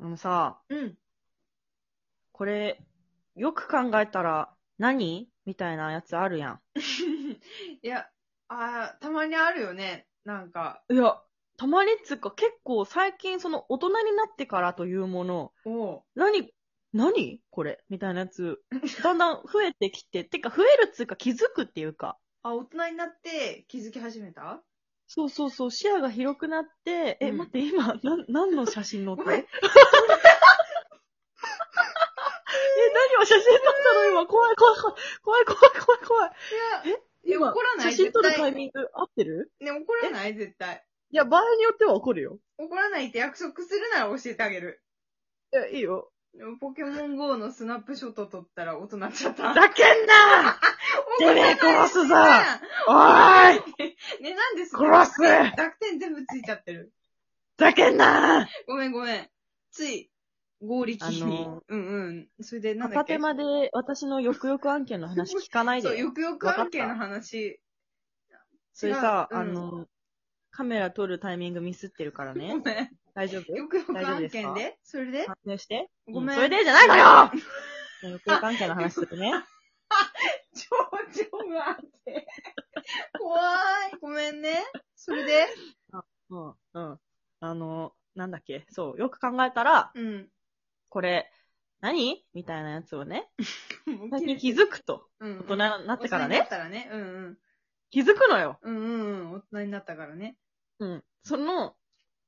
あのさ、うん。これ、よく考えたら何、みたいなやつあるやいや、あーたまにあるよね。なんか、ん。いや、たまにっつうか、結構最近、その、大人になってからというもの、おう。何、何これみたいなや つ、だんだん増えてきて、てか、増えるっつうか、気づくっていうか、あ、大人になって気づき始めたそうそうそう、視野が広くなって、え、うん待って、今、なん、何の写真載ってごめ んえ、何を写真撮ったの今、怖い怖い怖い、怖い怖い怖い怖い。いや、え怒らない写真撮る絶タイ対ミング合ってるね、怒らない絶対。いや、場合によっては怒るよ。怒らないって約束するなら教えてあげる。いや、いいよ。でもポケモン GO のスナップショット撮ったら大人っちゃった。だけんな怒てらめなえい殺すぞねおーいね、なんです殺す濁点全部ついちゃってる。だけんなごめんごめん。つい、合力に。あのーうんうん。それで、なんだ片っけ手間で私のよくよく案件の話聞かないそう、でよ。よくよく案件の話。それさ、違うあ、の、カメラ撮るタイミングミスってるからうんねご。めん。大丈夫よくよく大丈夫案ですか件でそれで反応して。ごめん。うそれでじゃないのよ よくよく案件の話するね。超超案件。怖い。ごめんね。それでうん、うん。あの、なんだっけそう、よく考えたら、 うん。これ、何みたいなやつをね、もう最近切れ気づくと。うん。大人になってから大人になねっ。たらね。うんうん。気づくのよ。うんうんうん。大人になったからね。うん。その、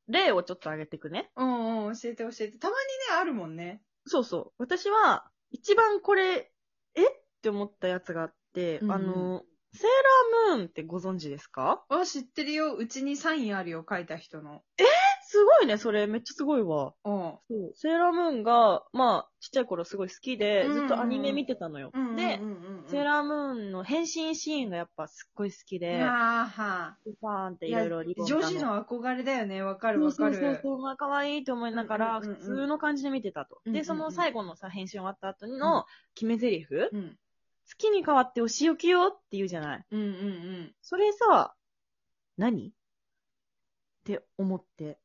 例をちょっと挙げていくね。うんうん。教えて教えて。たまにね、あるもんね。そうそう。私は、一番これ、えって思ったやつがあって、うんうんあの、セーラームーンってご存知ですかあ、知ってるよ。うちにサインあるよ。書いた人の。えすごいね、それ。めっちゃすごいわ。うん。そう。セーラームーンが、まあ、ちっちゃい頃すごい好きで、うんうずんっとアニメ見てたのよ。うんうんうんうん。で、セーーラームーンの変身シーンがやっぱすっごい好きで、はあはあ。バーンっていろいろリボン女が子の憧れだよね。わかるそうわそかうる。そうそう、まあ、可愛いと思いながら、うんうんうんうん普通の感じで見てたと。うんうんうで、んその最後のさ、編集終わった後の決め台詞、好うん。きに変わってお仕置きよって言うじゃない。うんうんうん。それさ、何って思って、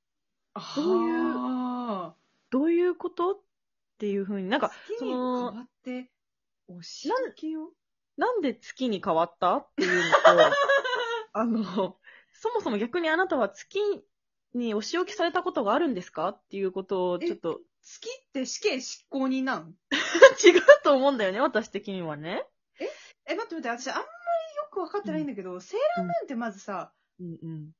どういうあどういうことっていうふうに、なんーか、好きに変わって、お仕置きをなんで月に変わったっていうのと、 あの、そもそも逆にあなたは月にお仕置きされたことがあるんですかっていうことをちょっと好きって死刑執行人なの 違うと思うんだよね、私的にはね。え、待って待って、私あんまりよくわかってないんだけど、セーラームーンってまずさ、うんうん。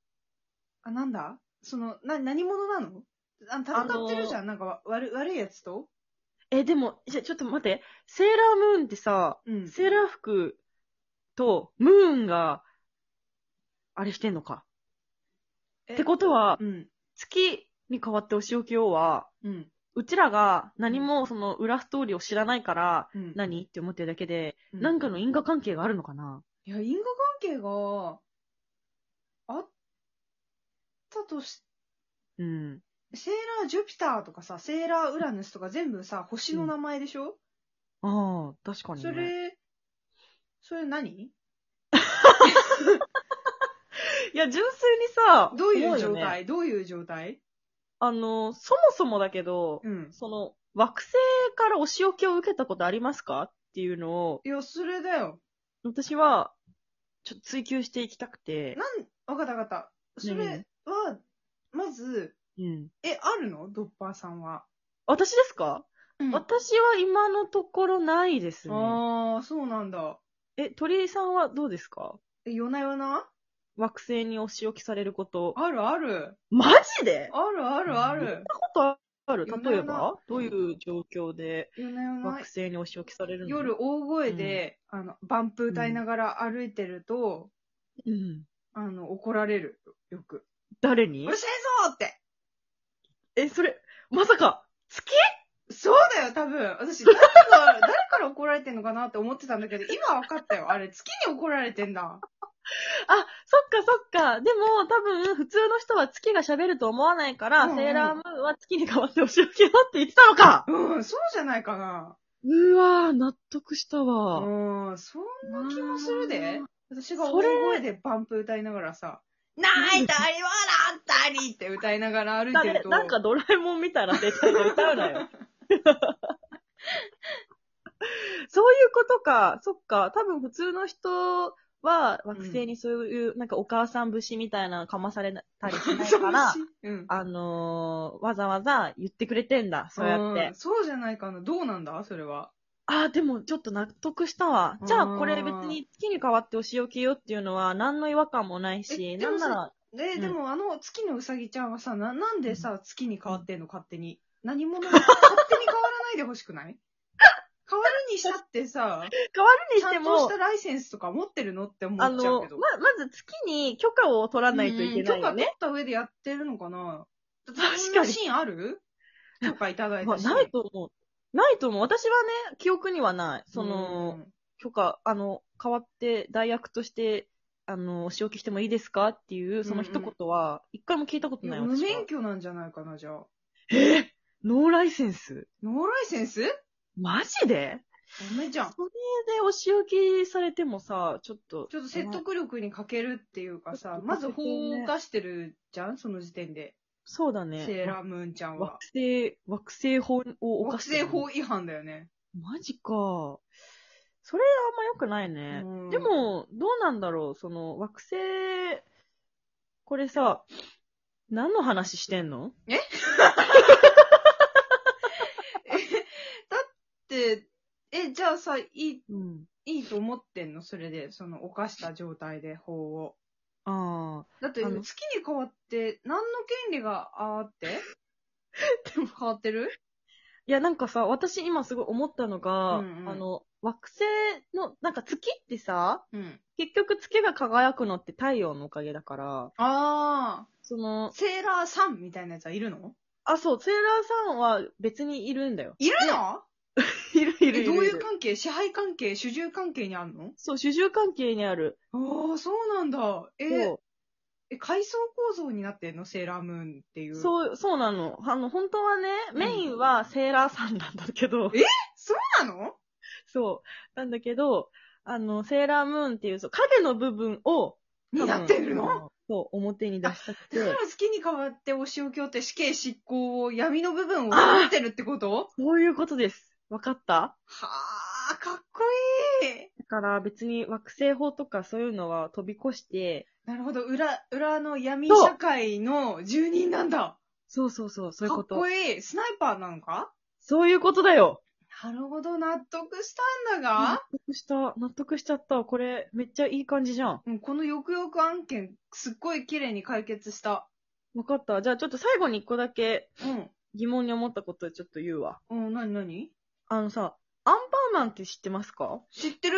あ、なんだその、な、何者なのあ戦ってるじゃん、なんかわ悪い悪いやつとえ、でも、じゃ、ちょっと待って。セーラームーンってさ、うんセーラー服とムーンが、あれしてんのか。えってことは、うん。月に変わってお仕置きをは、うん。うちらが何もその裏ストーリーを知らないから、うん。何って思ってるだけで、うなんかの因果関係があるのかないや、因果関係が、あったとしうん。セーラージュピターとかさ、セーラーウラヌスとか全部さ、星の名前でしょ、ああ、確かに、ね。それ、それ何いや、純粋にさ、どうい思よう状ね態、どういう状態あの、そもそもだけど、うん。その、惑星からお仕置きを受けたことありますかっていうのを、いや、それだよ。私は、ちょっと追求していきたくて。なん、わかったわかった。それは、まず、うん。え、あるのドッパーさんは。私ですか、うんあ私は今のところないですね。あ、そうなんだ。え、鳥居さんはどうですかえ、夜な夜な惑星にお仕置きされること。あるある。マジであるあるある。ことある例えいろんなばどういう状況で夜な夜な惑。星にお仕置きされるの夜大声で、あの、バンプ歌いながら歩いてると、うん。あの、怒られる。よく。誰うにるせえぞーってえ、それ、まさか、月そうだよ、多分。私、誰から、 誰から怒られてんのかなって思ってたんだけど、今分かったよ。あれ、月に怒られてんだ。あ、そっかそっか。でも、多分、普通の人は月が喋ると思わないから、うんうんセーラームーンは月に変わってお仕置きをって言ってたのかうん、そうじゃないかな。うわぁ、納得したわ。うん、そんな気もするで。私がそ大れ声でバンプ歌いながらさ、泣いたり笑ったタリーって歌いながら歩いてる誰 と。なんかドラえもん見たら絶対歌うなよ。 そういうことか。そっか。多分普通の人は惑星にそういう、なんかお母さん節みたいなのかまされたりしないそうか ら、うん。あのーわざわざ言ってくれてんだ。そうやってん。そうじゃないかな。どうなんだそれは。ああ、でもちょっと納得したわ。じゃあこれ別に月に変わってお仕置きよっていうのは何の違和感もないし、えでなもんさなら、で、うんでもあの月のうさぎちゃんはさ、な、なんでさ、月に変わってんの勝手に。何者 も勝手に変わらないでほしくない変わるにしたってさ、変わるにちしてゃんとしもた、ライセンスとか持ってるのって思っあちゃの、うまけど。、まず月に許可を取らないといけないよね。うん許可取った上でやってるのかな確かにそんなシーンある許可いただいまあたし。ないと思う。ないと思う。私はね、記憶にはない。その、うん、許可、あの、代わって、代役として、あの、お仕置きしてもいいですかっていう、その一言は、一回も聞いたこといなやい、無私は免。許なんじゃないかな、じゃあ。えーノーライセンスノーライセンスマジでダメじゃん。それでお仕置きされてもさ、ちょっと。ちょっと説得力に欠けるっていうかさ、うんまず法を犯してるじゃんその時点で。そうだセーね。ラームーンちゃん惑は。星、惑星法を犯惑して星る。法違反だよね。マジか。それあんま良くないね。うんでも、どうなんだろうその、惑星、これさ、何の話してんので、え、じゃあさ、いい、うん。いいと思ってんのそれで、その犯した状態で法を。あだってあ月のに変わって、何の権利があーって でも変わってるあ。いや、なんかさ、私今すごい思ったのが、うんうんあの、惑星の、なんか月ってさ、うん。結局月が輝くのって太陽のおかげだから、あそー、の、セーラーさんみたいなやつはいるの。あ、そう、セーラーさんは別にいるんだよいるの いるいえ、どうどういいうう関係支配関係主従関係にあんのそう、主従関係にある。ああ、そうなんだ。えーそうえ、階層構造になってんのセーラームーンっていう。う。そう、そうなの。あの、本当はね、うんメインはセーラーさんなんだけどえ、なのそう、なんだけど、あの、セーラームーンっていう、そう、影の部分を、に多分なってるあのそう、表に出したくだからて、好きに変わってお仕置きをって死刑執行を闇の部分を持ってるってことそういうことです。わかったはあ、かっこいい。だから別に惑星法とかそういうのは飛び越して、なるほど。裏、裏の闇そう社会の住人なんだ。そうそうそう、そういうかこっと。こいい。スナイパーなのかそういうことだよ。なるほど。納得したんだ納が、得した。納得しちゃった。これ、めっちゃいい感じじゃん。うん、このよくよく案件、すっごい綺麗に解決した。わかった。じゃあちょっと最後に一個だけうん。疑問に思ったことをちょっと言うわ。うん、なになにあのさ、アンパンマンって知ってますか知ってる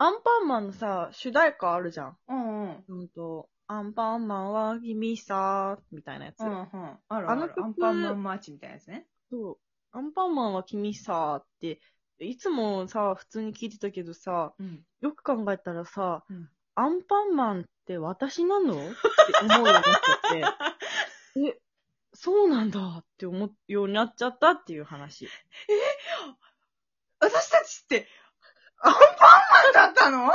アンパンマンのさ、主題歌あるじゃん。うんうん。うんと、アンパンマンは君さ、みたいなやつ。うんうん。あるああのる。曲アンパンマンマーチみたいなやつね。そう。アンパンマンは君さ、って、いつもさ、普通に聞いてたけどさ、うん。よく考えたらさ、うんアンパンマンって私な のって思うようになっちゃって。え、そうなんだって思うようになっちゃったっていう話。私たちって、アンパンマンだったの